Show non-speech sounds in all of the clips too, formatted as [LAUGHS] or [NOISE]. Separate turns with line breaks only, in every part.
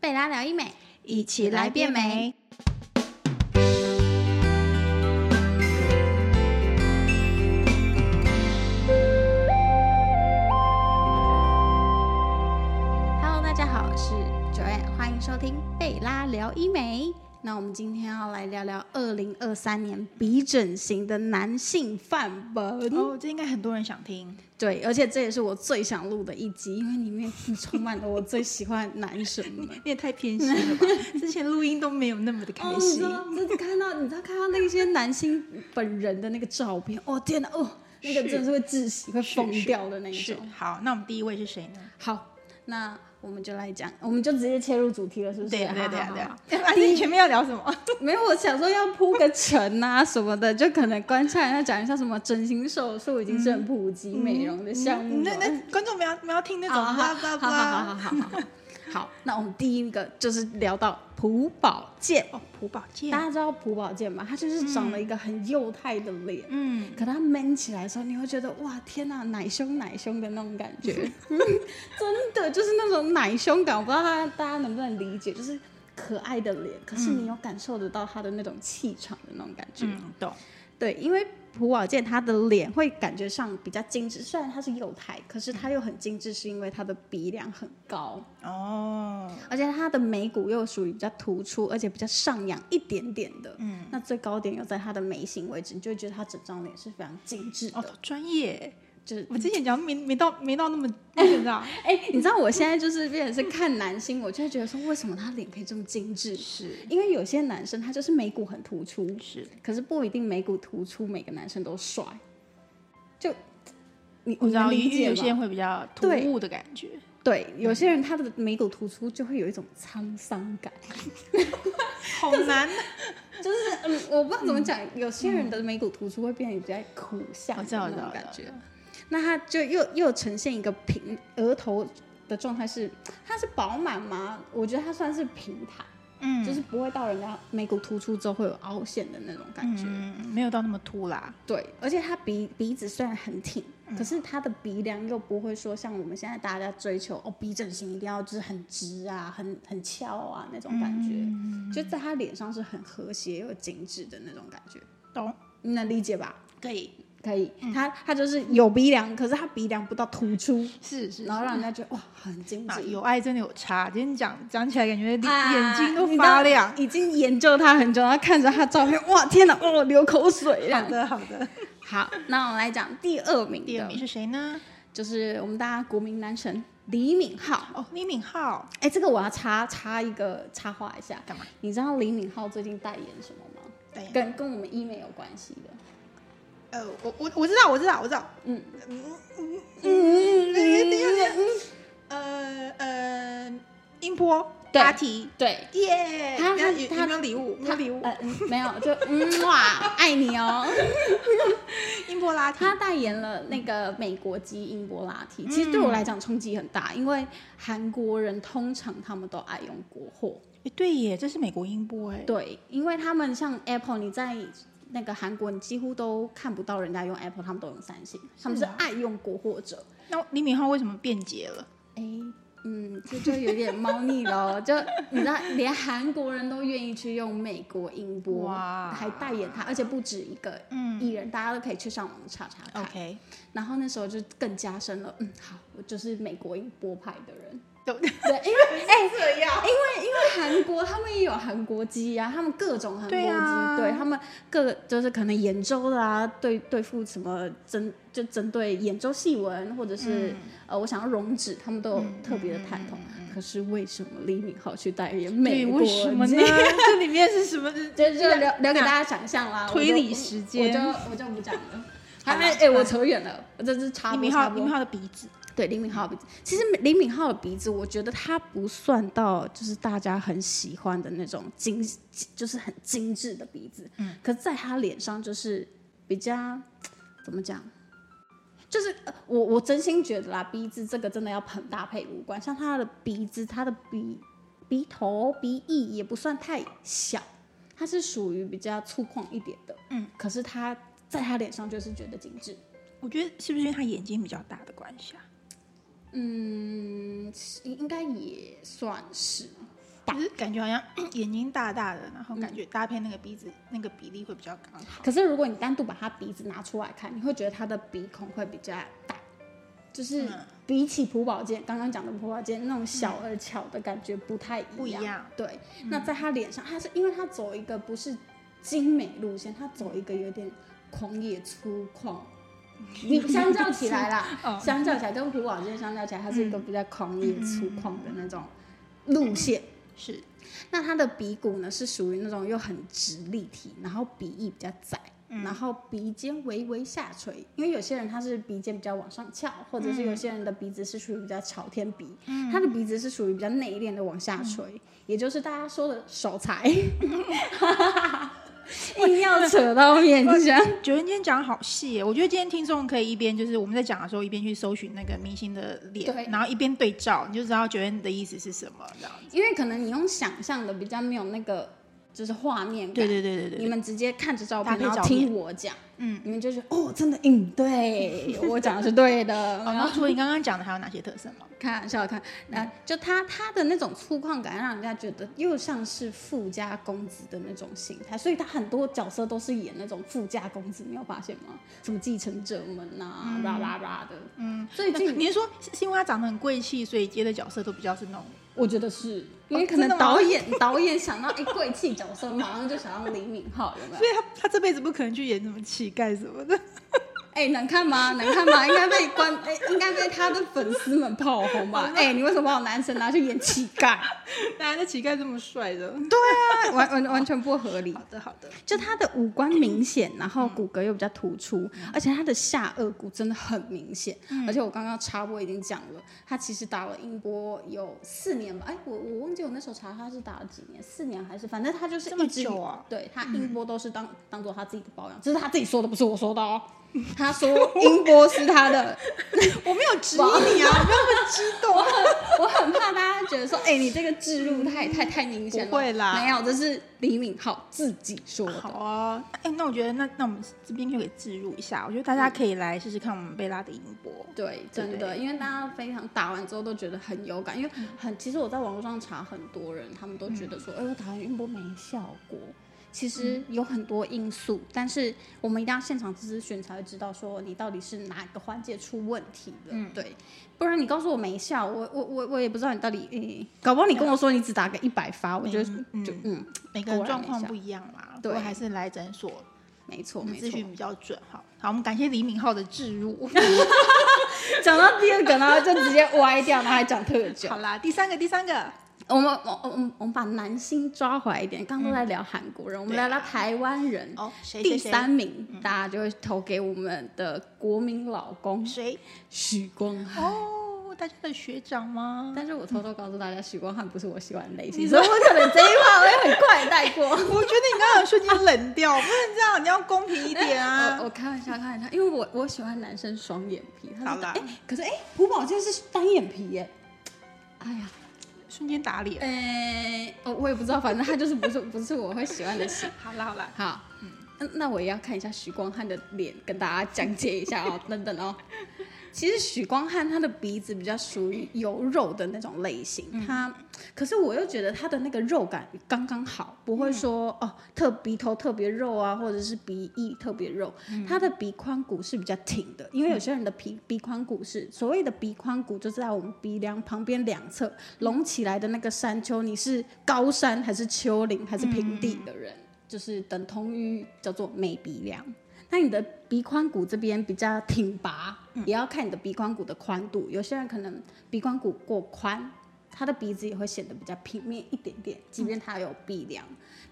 贝拉聊医美，
一起来变美。
Hello，大家好，我是 Joanne，欢迎收听贝拉聊医美。那我们今天要来聊聊二零二三年鼻整形的男性范本。
哦，这应该很多人想听。
对，而且这也是我最想录的一集，因为里面充满了我最喜欢的男神们。
你也太偏心了吧！ [LAUGHS] 之前录音都没有那么的开
哦、
心。
你知道，真的看到，你知道看到那些男星本人的那个照片，哦天哪，哦，那个
是
真的是会窒息、会疯掉的那一
是
种。
好，那我们第一位是谁呢？
好，那我们就来讲，我们就直接切入主题了，是不是？
对啊对啊
好
对啊
好
对
好
啊。啊，你前面要聊什么？
[LAUGHS] 没有，我想说要铺个陈啊什么的，就可能观察一下，讲一下什么整形手术已经是很普及美容的项目了。
嗯那那观众不要不要听那种
好
叭 [LAUGHS]
好
叭
好好好
叭。
好好。好，那我们第一个就是聊到朴宝剑，
哦，朴宝
大
剑。
家知道朴宝剑吗？他就是长了一个很幼态的脸，
嗯，
可他 man 起来的时候，你会觉得哇天呐，奶胸奶胸的那种感觉，嗯 [LAUGHS] 真的就是那种奶胸感，我不知道大家大家能不能理解，就是可爱的脸，可是你有感受得到他的那种气场的那种感觉。
嗯，懂。
对，因为朴宝剑他的脸会感觉上比较精致，虽然他是幼态，可是他又很精致，是因为他的鼻梁很高，
哦，
而且他的眉骨又属于比较突出，而且比较上扬一点点的。嗯，那最高点又在他的眉形位置，你就会觉得他整张脸是非常精致的，
哦，专业。
就是
我之前讲没没到没到那么，你知道？
哎、你知道我现在就是变成是看男星，我就会觉得说，为什么他脸可以这么精致？
[LAUGHS] 是
因为有些男生他就是眉骨很突出，
是，
可是不一定眉骨突出每个男生都帅。就你
我知
你
道
能理解
有有
吗
些人嗯会比较突
对
兀的感觉。
对有些人他的眉骨突出就会有一种沧桑感，
好难。啊 [LAUGHS]
就是嗯，我不知道怎么讲，有些
嗯
人的眉骨突出会变得比较苦相
我
的
知道，我
那
知
种
道我知
感
道
觉。那他就又又呈现一个平额头的状态是，它是饱满吗？我觉得它算是平坦，
嗯，
就是不会到人家眉骨突出之后会有凹陷的那种感觉。
嗯，没有到那么突啦。
对，而且他鼻鼻子虽然很挺，
嗯
可是他的鼻梁又不会说像我们现在大家追求哦，鼻整形一定要就是很直啊、很很翘啊那种感觉，
嗯
就在他脸上是很和谐又精致的那种感觉，
懂，
你能理解吧？
可以，
可以，
嗯
他他就是有鼻梁，可是他鼻梁不到突出，
是是
然后让人家觉得哇很精
啊，
致。
有爱真的有差。今天讲讲起来，感觉眼
啊
眼睛都发
你
亮。
知道已经研究他很久，然后看着他照片，哇，天哪，哦，流口水这样
好的，好的。
好，那我们来讲第二名的，
[LAUGHS] 第二名是谁呢？
就是我们大家国民男神李敏镐。
哦，李敏镐。
哎，这个我要插插一个插话一下，
干嘛？
你知道李敏镐最近代言什么吗？
代言
跟跟我们医美有关系的。
呃，我我我知道，我知道，我知道。
嗯
嗯嗯嗯。呃呃，音波
对
答题，
对，
耶！
他
等下
他
有
他
有没有礼物？没有礼物。
呃，嗯没有，就嗯
[LAUGHS]
哇，爱你哦。
音波拉提。
他代言了那个美国基因波拉提，其实对我来讲冲击很大，因为韩国人通常他们都爱用国货，
诶对耶，这是美国音波哎。
对，因为他们像 Apple，你在那个韩国你几乎都看不到人家用 Apple，他们都用三星，他们是爱用国货者。
那李敏镐为什么变节了？
哎、嗯，这就有点猫腻咯，就你知道，连韩国人都愿意去用美国音波，
哇
还代言它，而且不止一个艺人，大家都可以去上网查查看。
OK，
然后那时候就更加深了，嗯，好，我就是美国音波派的人。
都
对，
[LAUGHS]
因为
哎这样。
因为因为韩国他们也有韩国鸡啊，他们各种韩国鸡，
对
对,、
啊
他们各个就是可能眼周的啊，对对付什么针就针对眼周细纹或者
嗯
是、呃我想要溶脂，他们都有特别的探头。可是为什么李敏镐去代言美
对，
国
为什么呢？
[LAUGHS] 鸡
这里面是什么？
就就聊聊给大家想象啦，
推
我
理
就
时间
我就我就不讲了。
[LAUGHS] 好
哎
啦
哎哎，我扯远了，我这是插
李
播
敏
插
镐，
播
李。敏镐的鼻子，
对李敏镐的鼻子，其实李敏镐的鼻子，我觉得他不算到就是大家很喜欢的那种精，就是很精致的鼻子。嗯，可是在他脸上就是比较怎么讲，就是呃我我真心觉得啦，鼻子这个真的要很搭配五官，像他的鼻子，他的鼻鼻头、鼻翼也不算太小，它是属于比较粗犷一点的。嗯，可是他在他脸上就是觉得精致。
我觉得是不是因为他眼睛比较大的关系啊？
应该也算是，大
可。是感觉好像 [CLEARS THROAT] 眼睛大大的，然后感觉搭配那个鼻子、那个比例会比较刚好。
可是如果你单独把他鼻子拿出来看，你会觉得他的鼻孔会比较大，就是
嗯
比起朴宝剑刚刚讲的朴宝剑那种小而巧的感觉不太一样。
嗯不一样嗯
对，那在他脸上，他是因为他走一个不是精美路线，他走一个有点狂野粗
[LAUGHS]
犷。你相较起来
哦
啦，相较起来跟朴宝剑相较起来，他是一个比较狂
嗯
野粗犷的那种路线。
是，
那它的鼻骨呢是属于那种又很直立体，然后鼻翼比较窄，
嗯
然后鼻尖微微下垂。因为有些人他是鼻尖比较往上翘，或者是有些人的鼻子是属于比较朝天鼻，
嗯
他的鼻子是属于比较内敛的往下垂，也就是大家说的手财。
[LAUGHS]
硬要扯到面相，
觉得今天讲好细耶，我觉得今天听众可以一边就是我们在讲的时候，一边去搜寻那个明星的
对
脸，然后一边对照，你就知道觉得你的意思是什么这样子。
因为可能你用想象的比较没有那个就是画面感，
对对对对
你
对，
们直接看着照
搭
片，
配
然后
照
听
片
我讲，
嗯，
你们就觉得哦，真的，嗯，对我讲的是对 [LAUGHS] 的。
哦
然
然
后
后除了你刚刚讲的，还有哪些特色吗？
开玩笑看，那、就他他的那种粗犷感，让人家觉得又像是富家公子的那种形态，所以他很多角色都是演那种富家公子，你有发现吗？什么继承者们啊呐、啦啦啦的。嗯，最近
你是说是是因为他长得很贵气，所以接的角色都比较是那 [LAUGHS] 种
我觉得是因为可
真
能
的吗
导演、导演想到哎贵气角色，马上就想到李敏镐，有没有
所？以他他这辈子不可能去演什么乞丐什么的。
哎、能看吗？能看吗？应 [LAUGHS] 该被关，哎、应该被他的粉丝们炮轰吧？哎、你为什么把 [LAUGHS] 我男神拿去演乞丐？
哪来的啊乞丐这么帅的？
[LAUGHS] 完完完全不合理
好。的好的，
[LAUGHS] 就他的五官明显，然后骨骼又比较突出，而且他的下颚骨真的很明显。而且我刚刚插播已经讲了，他其实打了音波有四年吧？哎、我我忘记我那时候查他是打了几年，四年还是反正他就是
这么
一直
久啊
对他音波都是当、当做他自己的保养，这是他自己说的，不是我说的 [LAUGHS] 哦。他说音波是他的
我没有质疑你啊，不要那么激动。
[LAUGHS] 我很怕大家觉得说，哎、你这个置入太太太明显了。
不会啦
没有，这是李敏镐自己说
好
的。
啊，哎、那我觉得那那我们这边就可以置入一下，我觉得大家可以来试试看我们贝拉的音波。
对，嗯真的，因为大家非常打完之后都觉得很有感，因为很其实我在网络上查，很多人他们都觉得说，哎、我打完音波没效果。其实有很多因素，但是我们一定要现场咨询才会知道说你到底是哪个环节出问题了。对，不然你告诉我没效，我我我我也不知道你到底，诶、搞不好你跟我说你只打个一百发，我觉得就嗯，
每个人
果然
状
没
况
效
不一样啦，
对
不过还是来诊所
没错没错。
咨询比较准。好，好，我们感谢李敏镐的置 [LAUGHS] 入。
讲到第二个，然后就直接歪掉，然后还讲特久
好。啦，第三个，第三个，
我们我我我我们把男星抓回来一点，刚刚都在聊韩国人，我们
对啊
聊聊台湾人。
哦，谁
第
谁谁
三名，大家就会投给我们的国民老公
谁？
许光汉。
哦，大家的学长吗？ [LAUGHS]
但是我偷偷告诉大家，许光汉不是我喜欢的类型，
你
所以我可能这一话我也很快带过。
我觉得你刚刚有瞬间冷掉，不能这样，你要公平一点啊
[LAUGHS]
[LAUGHS]
我。我开玩笑，开玩笑，因为我我喜欢男生双眼皮，他
好
是
啦
哎，可是哎，朴宝剑是单眼皮耶。哎呀，
瞬间打脸。
哎，哦，我也不知道，反正他就是不是不是我会喜欢的型。
好啦好啦，
好，嗯，那我也要看一下许光汉的脸，跟大家讲解一下哦，等等哦。其实许光汉他的鼻子比较属于有肉的那种类型，他可是我又觉得他的那个肉感刚刚好，不会说、哦特鼻头特别肉啊，或者是鼻翼特别肉。他的鼻宽骨是比较挺的，因为有些人的鼻鼻宽骨是所谓的鼻宽骨，就在我们鼻梁旁边两侧隆起来的那个山丘，你是高山还是丘陵还是平地的人，就是等同于叫做美鼻梁。那你的鼻宽骨这边比较挺拔，也要看你的鼻宽骨的宽度。有些人可能鼻宽骨过宽，他的鼻子也会显得比较平面一点点，即便他有鼻梁。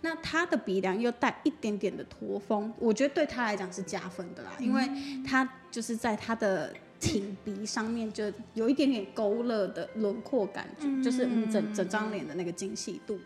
那他的鼻梁又带一点点的驼峰，我觉得对他来讲是加分的啦，因为他就是在他的。挺鼻上面就有一点点勾勒的轮廓感觉，就是你整整张脸的那个精细度。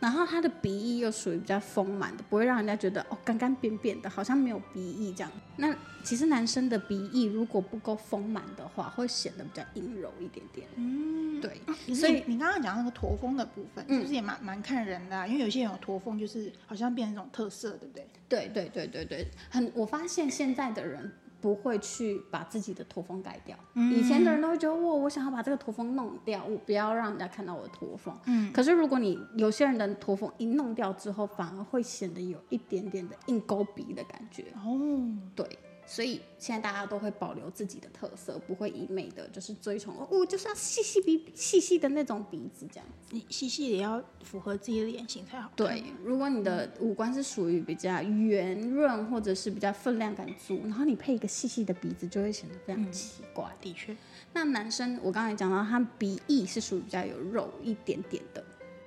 然后他的鼻翼又属于比较丰满的，不会让人家觉得哦干干扁扁的，好像没有鼻翼这样。那其实男生的鼻翼如果不够丰满的话，会显得比较阴柔一点点。嗯，对，所
所
以
以嗯你刚刚讲那个驼峰的部分，是不是也蛮蛮看人的、啊？因为有些人有驼峰，就是好像变成一种特色，对不对？
对对对对对，很，我发现现在的人不会去把自己的驼峰改掉。以前的人都会觉得，哇，我想要把这个驼峰弄掉，我不要让人家看到我的驼峰。嗯，可是如果你有些人的驼峰一弄掉之后，反而会显得有一点点的硬勾鼻的感觉。
哦，
对，所以现在大家都会保留自己的特色，不会一昧的就是追崇哦，我就是要细细鼻、细细的那种鼻子这样。
你细细也要符合自己的脸型才好看。
对，如果你的五官是属于比较圆润或者是比较分量感足，然后你配一个细细的鼻子，就会显得非常奇怪。
的确，
嗯那男生我刚才讲到，他鼻翼是属于比较有肉一点点的，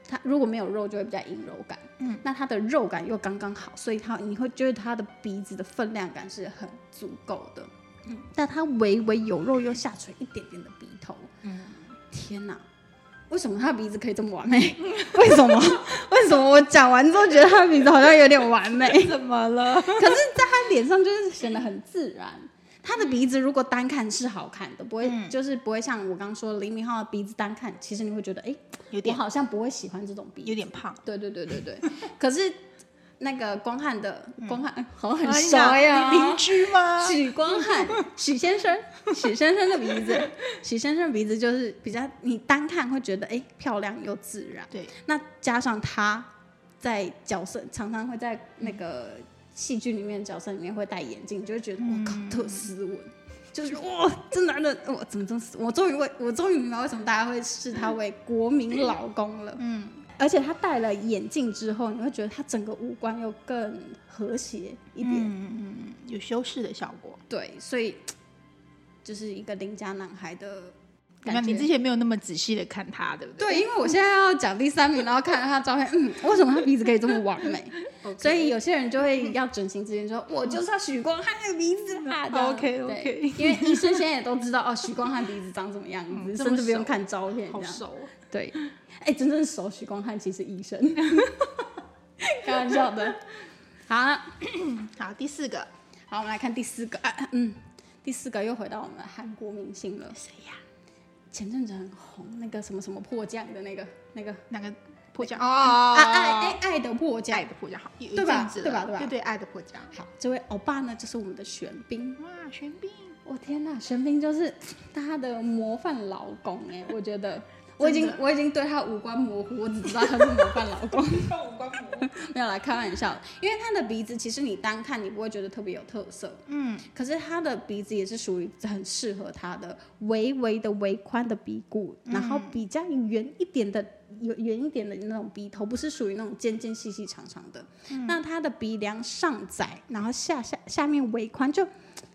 他如果没有肉就会比较阴柔感。嗯，那他的肉感又刚刚好，所以他你会觉得他的鼻子的分量感是很足够的。嗯，但他微微有肉又下垂一点点的鼻头。嗯，天哪！为什么他的鼻子可以这么完美？为什么？为什么我讲完之后觉得他的鼻子好像有点完美？
[LAUGHS] 怎么
[LAUGHS]
了？
可是，在他脸上就是显得很自然。他的鼻子如果单看是好看的，不会、就是不会像我刚刚说黎明浩的鼻子单看，其实你会觉得，哎、
[LAUGHS] 有
我
点
好像不会喜欢这种鼻子
有。点胖，
对对对对对。 [LAUGHS] 可是那个光汉的光汉，哎好像很
哎
熟呀，
你邻居吗？
许光 [LAUGHS] 汉，许先生，许先生的鼻子， [LAUGHS] 许先生的鼻子就是比较，你单看会觉得哎、漂亮又自然。
对，
那加上他在角色常常会在那个戏剧里面角色里面会戴眼镜，就会觉得我靠特斯文，就是哇这男人我怎么这么斯文我终于为我终于明白为什么大家会视他为国民老公了。嗯，而且他戴了眼镜之后，你会觉得他整个五官又更和谐一点。
有修饰的效果。
对，所以就是一个邻家男孩的
那
感
你之
觉。
前没有那么仔细的看他，对不对？
对，因为我现在要讲第三名，然后看到他的照片，嗯，为什么他鼻子可以这么完美？所以有些人就会要整形之前说， [LAUGHS] 我就是要许光汉的鼻子啦。这样
OK，OK
[LAUGHS] 对因为医生现在也都知道哦，许光汉鼻子长什么样子， [LAUGHS]
嗯这么
甚至不用
熟
看照片这
好
样。
熟哦。
对，哎、真正熟许光汉其实医 [LAUGHS] 生，开玩笑的。好，那
好，第四个
好，我们来看第四个，啊、嗯，第四个又回到我们的韩国明星了。
谁呀？
前阵子很红那个什么什么迫降的那个那个啊
那个破降哦哦，
爱爱爱爱的迫降
爱。的破降，好，有一
对吧
阵子了
对吧对吧
对对，爱的破降。
好，这位欧巴呢，就是我们的玄彬。
哇，玄彬，
我天呐，玄彬就是他的模范老公 [LAUGHS] 哎、我觉得我已经我已经对他五官模糊，我只知道他是模范老公。
五官模
[LAUGHS] 没有啦，开玩笑，因为他的鼻子其实你单看你不会觉得特别有特色，
嗯，
可是他的鼻子也是属于很适合他的微微的微宽的鼻骨，然后比较圆一点的有圆一点的那种鼻头，不是属于那种尖尖细细长长的。那他的鼻梁上窄，然后下下下面微宽，就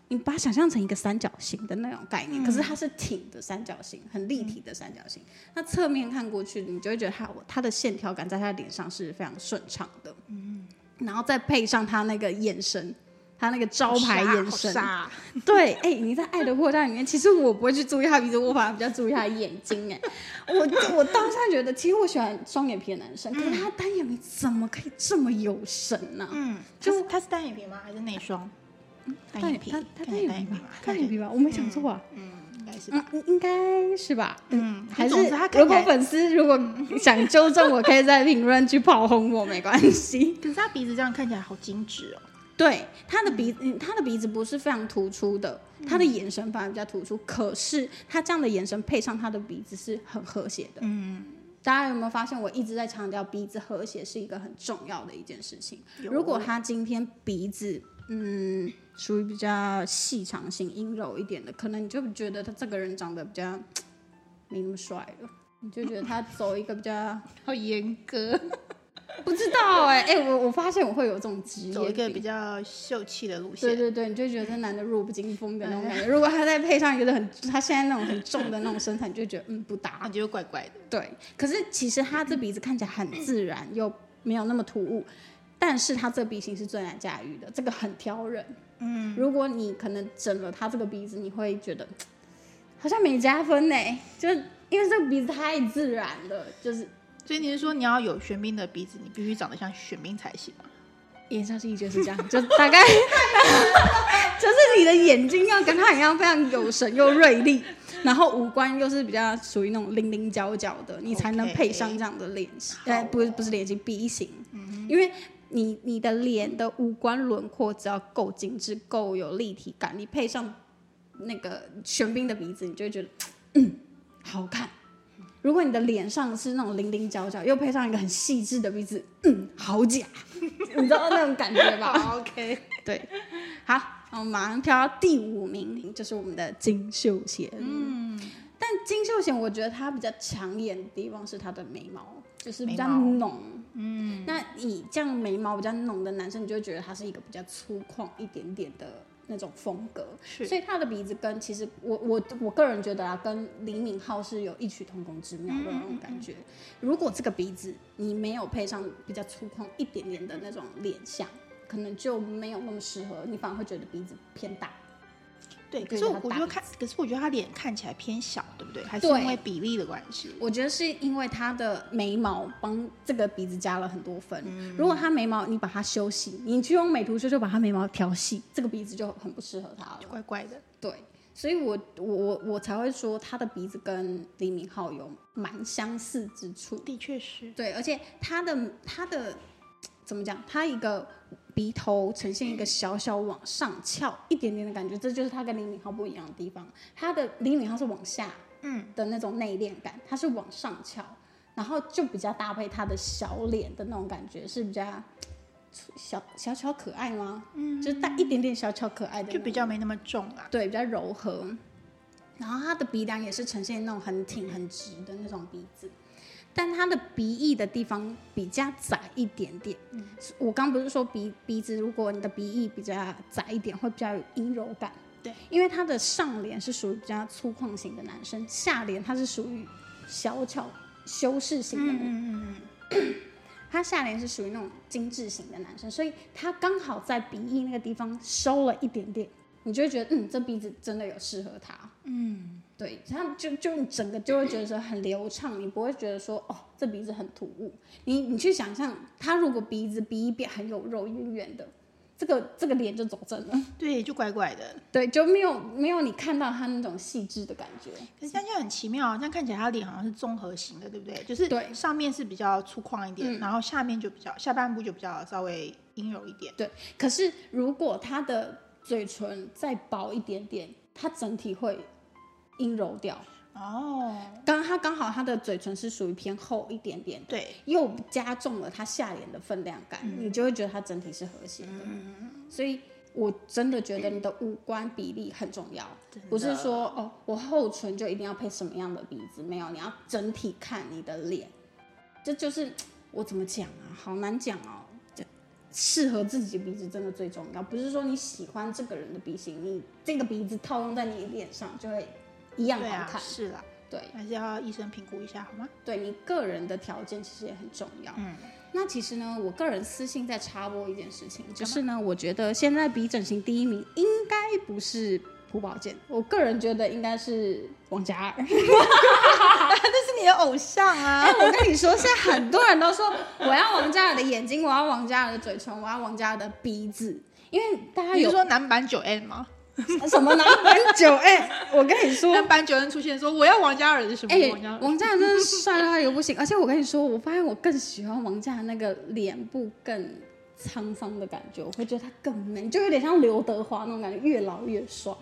你把它想象成一个三角形的那种概念，可是它是挺的三角形，很立体的三角形。那侧面看过去，你就会觉得它它的线条感在他的脸上是非常顺畅的。嗯，然后再配上他那个眼神。他那个
[LAUGHS]
招牌眼神，
傻，
[LAUGHS] 对，哎、你在《爱的迫降》里面，其实我不会去注意他鼻子，我反而比较注意他的眼睛、哎，我我当下觉得，其实我喜欢双眼皮的男生，可是他单眼皮怎么可以这么有神呢、
嗯，就他是单眼皮吗？还是内双？单眼皮，
他他
看
单
起来
眼皮
皮
吧
嘛，，
单
看起
眼
来
皮吧，我没想错啊。
嗯，应该是吧。
嗯，应应该是吧，嗯，还是
总之他看起来
如果粉丝如果想纠正我，可以在评论区炮轰我，没关系。
可是他鼻子这样看起来好精致哦。
对，他的鼻，嗯他的鼻子不是非常突出的，
嗯
他的眼神反而比较突出。可是他这样的眼神配上他的鼻子是很和谐的。嗯，大家有没有发现，我一直在强调鼻子和谐是一个很重要的一件事情。
有哦
如果他今天鼻子，嗯，属于比较细长型、阴柔一点的，可能你就觉得他这个人长得比较没那么帅了，你就觉得他走一个比较 [LAUGHS]
好严格，
不知道哎、哎、我我发现我会有这种职业
走一个
病
比较秀气的路
对
线。
对对，你就觉得这男的弱不禁风的那种感觉。如果他再配上一个很他现在那种很重的那种身材，你就觉得嗯不搭
感。觉怪怪的，
对，可是其实他这鼻子看起来很自然，又没有那么突兀，但是他这鼻型是最难驾驭的，这个很挑人。嗯，如果你可能整了他这个鼻子，你会觉得嘖好像没加分呢，就是因为这个鼻子太自然了，就是
所以你是说你要有玄彬的鼻子，你必须长得像玄彬才行吗？
演上戏就是这样，就大概 [LAUGHS] 就是你的眼睛要跟他一样非常有神又锐利，然后五官又是比较属于那种棱棱角角的，你才能
OK
配上这样的脸型。哎
好
呃，不是不是脸型，鼻型，因为你你的脸的五官轮廓只要够精致、够有立体感，你配上那个玄彬的鼻子，你就会觉得嗯好看。如果你的脸上是那种棱棱角角，又配上一个很细致的鼻子，嗯，好假，你知道那种感觉吧？
[LAUGHS] 好 OK，
对，好，我们马上跳到第五名，就是我们的金秀贤。嗯，但金秀贤我觉得她比较抢眼的地方是她的眉毛，就是比较
眉毛
浓。嗯，那你这样眉毛比较浓的男生，你就会觉得他是一个比较粗犷一点点的那种风格。
是
所以他的鼻子跟其实我我我个人觉得啊，跟李敏镐是有异曲同工之妙的那种
嗯
感觉。如果这个鼻子你没有配上比较粗犷一点点的那种脸相，可能就没有那么适合，你反而会觉得鼻子偏大。
对。可
对
是我
他
我
大
觉得看，可是我觉得他脸看起来偏小，对不对？还是
对
因为比例的关系？
我觉得是因为他的眉毛帮这个鼻子加了很多分。如果他眉毛你把它修细，你去用美图秀秀把他眉毛调细，这个鼻子就很不适合他了。
怪怪的。
对，所以我我我我才会说他的鼻子跟李敏镐有蛮相似之处。
的确是，
对，而且他的他的怎么讲？他一个鼻头呈现一个小小往上翘一点点的感觉，这就是他跟李敏镐不一样的地方。他的李敏镐是往下，嗯的那种内敛感，他是往上翘，然后就比较搭配他的小脸的那种感觉，是比较。小小巧可爱吗？嗯，就是带一点点小巧可爱的那
就
种，
比较没那么重啊。
对，比较柔和。然后他的鼻梁也是呈现那种很挺很直的那种鼻子，但他的鼻翼的地方比较窄一点点。
嗯
我刚不是说鼻鼻子，如果你的鼻翼比较窄一点，会比较有阴柔感。
对，
因为他的上脸是属于比较粗犷型的男生，下脸他是属于小巧修饰型
嗯
的男生。 [CLEARS THROAT] 他下脸是属于那种精致型的男生，所以他刚好在鼻翼那个地方收了一点点，你就会觉得，嗯，这鼻子真的有适合他。嗯，对，这样就就你整个就会觉得说很流畅，你不会觉得说，哦，这鼻子很突兀。你你去想象，他如果鼻子鼻翼变很有肉，圆圆的，这个这个脸就走正了， [LAUGHS]
对，就怪怪的。
对，就没有没有你看到他那种细致的感觉。
可是这样就很奇妙啊，这样看起来他脸好像是综合型的，对不对？嗯就是
对
上面是比较粗犷一点，然后下面就比较下半部就比较稍微阴柔一点。
对，可是如果他的嘴唇再薄一点点，他整体会阴柔掉。
哦，
刚他刚好他的嘴唇是属于偏厚一点点的，
对，
又加重了他下脸的分量感，
嗯
你就会觉得他整体是和谐的。所以我真的觉得你的五官比例很重要，不是说哦，我厚唇就一定要配什么样的鼻子，没有，你要整体看你的脸。这就是我怎么讲啊，好难讲哦。这适合自己的鼻子真的最重要，不是说你喜欢这个人的鼻型，你这个鼻子套用在你脸上就会一样
对
好
啊，
看。
是啦，
对，
还是要医生评估一下好 [LAUGHS] 吗？
对你个人的条件其实也很重要。嗯，那其实呢，我个人私信在插播一件事情，就是呢，我觉得现在比整形第一名应该不是朴宝剑，我个人觉得应该是王嘉尔。 [LAUGHS]
这啊是你的偶像啊 [LAUGHS]
哎，我跟你说，现在很多人都说我要王嘉尔的眼睛，我要王嘉尔的嘴唇，我要王嘉尔的鼻子，因为大家
你是
有
说男版九 N 吗？
什么拿很久？
[LAUGHS]
哎， [LAUGHS] 我跟你说，
男版九 N 出现说我要王嘉尔是什么？
哎、
王嘉尔，
王嘉尔真的帅到一个不行，而且我跟你说，我发现我更喜欢王嘉尔那个脸部更沧桑的感觉，我会觉得他更 man，就有点像刘德华那种感觉，越老越帅。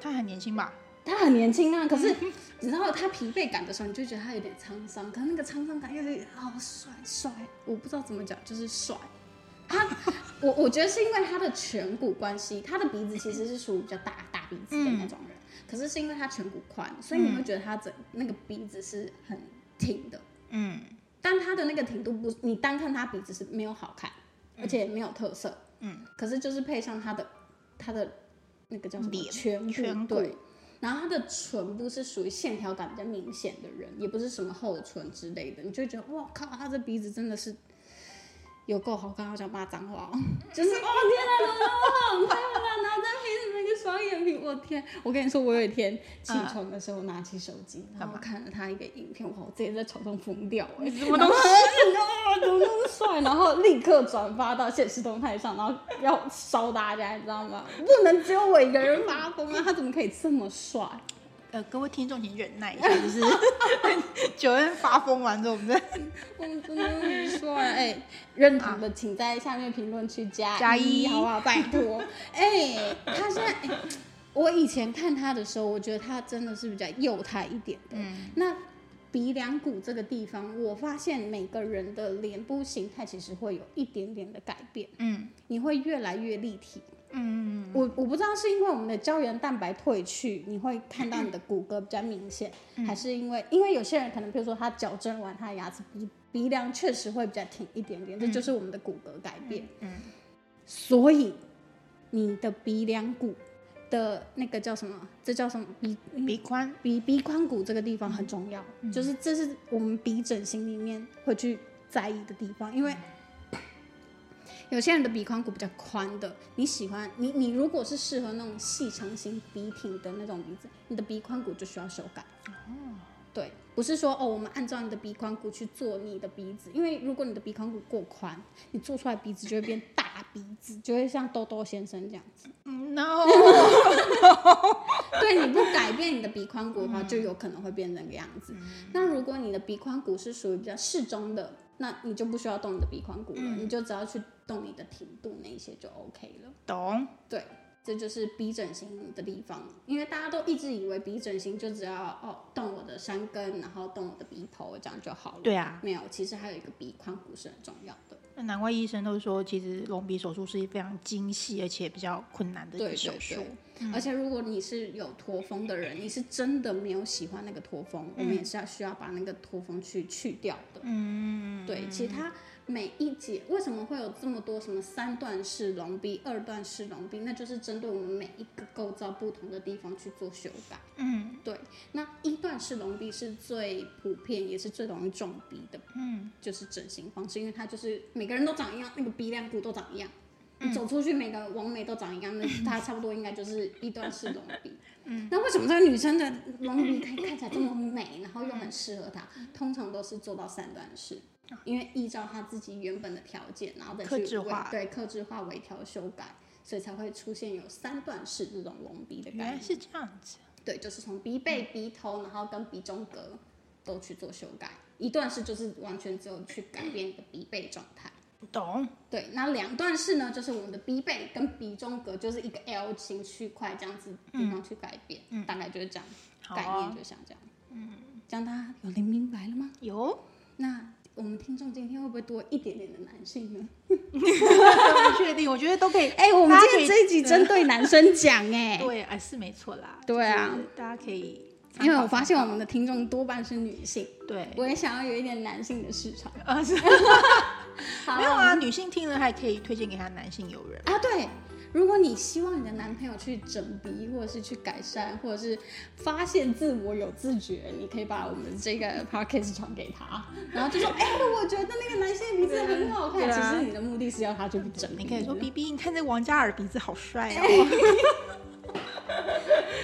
他很年轻吧？
他很年轻啊，可是你知道他疲惫感的时候，你就觉得他有点沧桑，可是那个沧桑感又有点好帅帅，我不知道怎么讲，就是帅。他， [LAUGHS] 我我觉得是因为他的颧骨关系，他的鼻子其实是属于比较大大鼻子的那种人，可是是因为他颧骨宽，所以你会觉得他整、那个鼻子是很挺的，
嗯，
但他的那个挺度不，你单看他鼻子是没有好看，而且没有特色，嗯，可是就是配上他的他的那个叫什么
脸颧
颧
骨
对，然后他的唇部是属于线条感比较明显的人，也不是什么厚唇之类的，你就会觉得哇靠，他这鼻子真的是有够好看，好想骂脏话、哦， [LAUGHS] 就是哦天啊，怎么那么好看啊？然后再配上那个双眼皮，我天！我跟你说，我有一天起床的时候拿起手机，然后看了他一个影片，哇，我直接在床上疯掉哎、欸！我都啊，怎么那么帅？然后立刻转发到现实动态上，然后要烧大家，你知道吗？不能只有我一个人发疯啊！他怎么可以这么帅？
呃，各位听众请忍 [LAUGHS] 耐一下，就是九恩发疯完之后，我们再
我们真的很帅，哎、认同的请在下面评论区加
加
一，
一
好不好？拜托，哎、他现在、哎我以前看他的时候，我觉得他真的是比较幼态一点的。那鼻梁骨这个地方，我发现每个人的脸部形态其实会有一点点的改变，
嗯
你会越来越立体。
嗯
我我不知道是因为我们的胶原蛋白褪去，你会看到你的骨骼比较明显，
嗯
还是因为因为有些人可能，比如说他矫正完他的牙齿，鼻鼻梁确实会比较挺一点点，这就是我们的骨骼改变。
嗯
所以你的鼻梁骨的那个叫什么？这叫什么？鼻
鼻嗯宽
鼻鼻眶骨这个地方很重要，嗯就是这是我们鼻整形里面会去在意的地方，因为有些人的鼻眶骨比较宽的，你喜欢你你如果是适合那种细长型鼻挺的那种鼻子，你的鼻眶骨就需要修改。对，不是说哦，我们按照你的鼻眶骨去做你的鼻子，因为如果你的鼻眶骨过宽，你做出来鼻子就会变大鼻子，就会像豆豆先生这样子。
嗯，no，
[LAUGHS] 对，你不改变你的鼻眶骨的
嗯
话，就有可能会变成那个样子。那如果你的鼻眶骨是属于比较适中的，那你就不需要动你的鼻眶骨了，
嗯
你就只要去动你的挺度那一些就 OK 了。
懂，
对，这就是鼻整形的地方，因为大家都一直以为鼻整形就只要哦动我的山根，然后动我的鼻头，这样就好了。
对啊，
没有，其实还有一个鼻眶骨是很重要的。
那难怪医生都说，其实隆鼻手术是非常精细而且比较困难的一
对对
个手术嗯
对。，而且如果你是有驼峰的人，你是真的没有喜欢那个驼峰，我
嗯
们也是要需要把那个驼峰去去掉的。嗯，对，其实它每一节为什么会有这么多什么三段式隆鼻、二段式隆鼻，那就是针对我们每一个构造不同的地方去做修改。
嗯
对，那一段式隆鼻是最普遍也是最容易中鼻的，
嗯，
就是整形方式，因为它就是每个人都长一样，那个鼻梁骨都长一样，
嗯
你走出去每个王美都长一样，那它差不多应该就是一段式隆鼻。嗯，那为什么这个女生的隆鼻看看起来这么美，然后又很适合她？
嗯
通常都是做到三段式。因为依照她自己原本的条件，然后再去
克制
微
化
对克制化微调修改，所以才会出现有三段式这种隆鼻的概
原
念
来。是这样子。
对，就是从鼻
嗯
背、鼻头，然后跟鼻中隔都去做修改。一段式就是完全只有去改变你的鼻背状态，
懂，
对。那两段式呢，就是我们的鼻背跟鼻中隔就是一个 L 型区块这样子地方去改变，大概就是这样，
嗯好
概
啊
念就像这样。嗯，这样大家有听明白了吗？
有，
[LAUGHS] 那我们听众今天会不会多一点点的男性呢？
不确定，我觉得都可以。
哎、我们
大家
今天
可以
这一集针对男生讲
[LAUGHS]
哎、
对，哎是没错啦。
对啊，
大家可以参考，
因为我发现我们的听众多半是女性，
对，
我也想要有一点男性的市场。
呃是
[LAUGHS] 好
没有啊，女性听了还可以推荐给她男性友人。
啊，对，如果你希望你的男朋友去整鼻，或者是去改善，或者是发现自我有自觉，你可以把我们的这
[LAUGHS]
个 podcast 传给他，然后就说，哎、我觉得那个男性的鼻子很好看。
对啊
其实你的目的是要他去整鼻，
你可以说 B B，你看这王嘉尔鼻子好帅哦。
对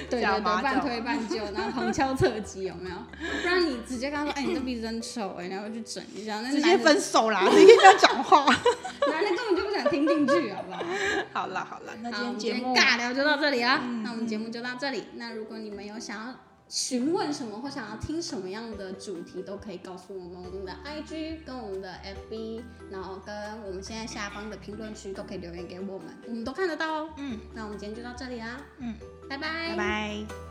对
假
对，
麻
半
将
推半就，然后旁敲侧击，有没有？不然你直接跟他说，哎、你这鼻子真丑、哎，然后去整一下，那
直
男 [LAUGHS]
接
的
分，手啦，直接这样讲话。 [LAUGHS]
男的根本就不想听进去，好不好？
好啦好啦，那
好，我们今
今天节
天
目嗯
尬聊就到这里了。那我们节目就到这里。那如果你们有想要询问什么或想要听什么样的主题，都可以告诉我们。我们的 IG 跟我们的 FB，然后跟我们现在下方的评论区都可以留言给我们，我们都看得到哦。
嗯
那我们今天就到这里啦，
嗯，
拜拜，
拜拜。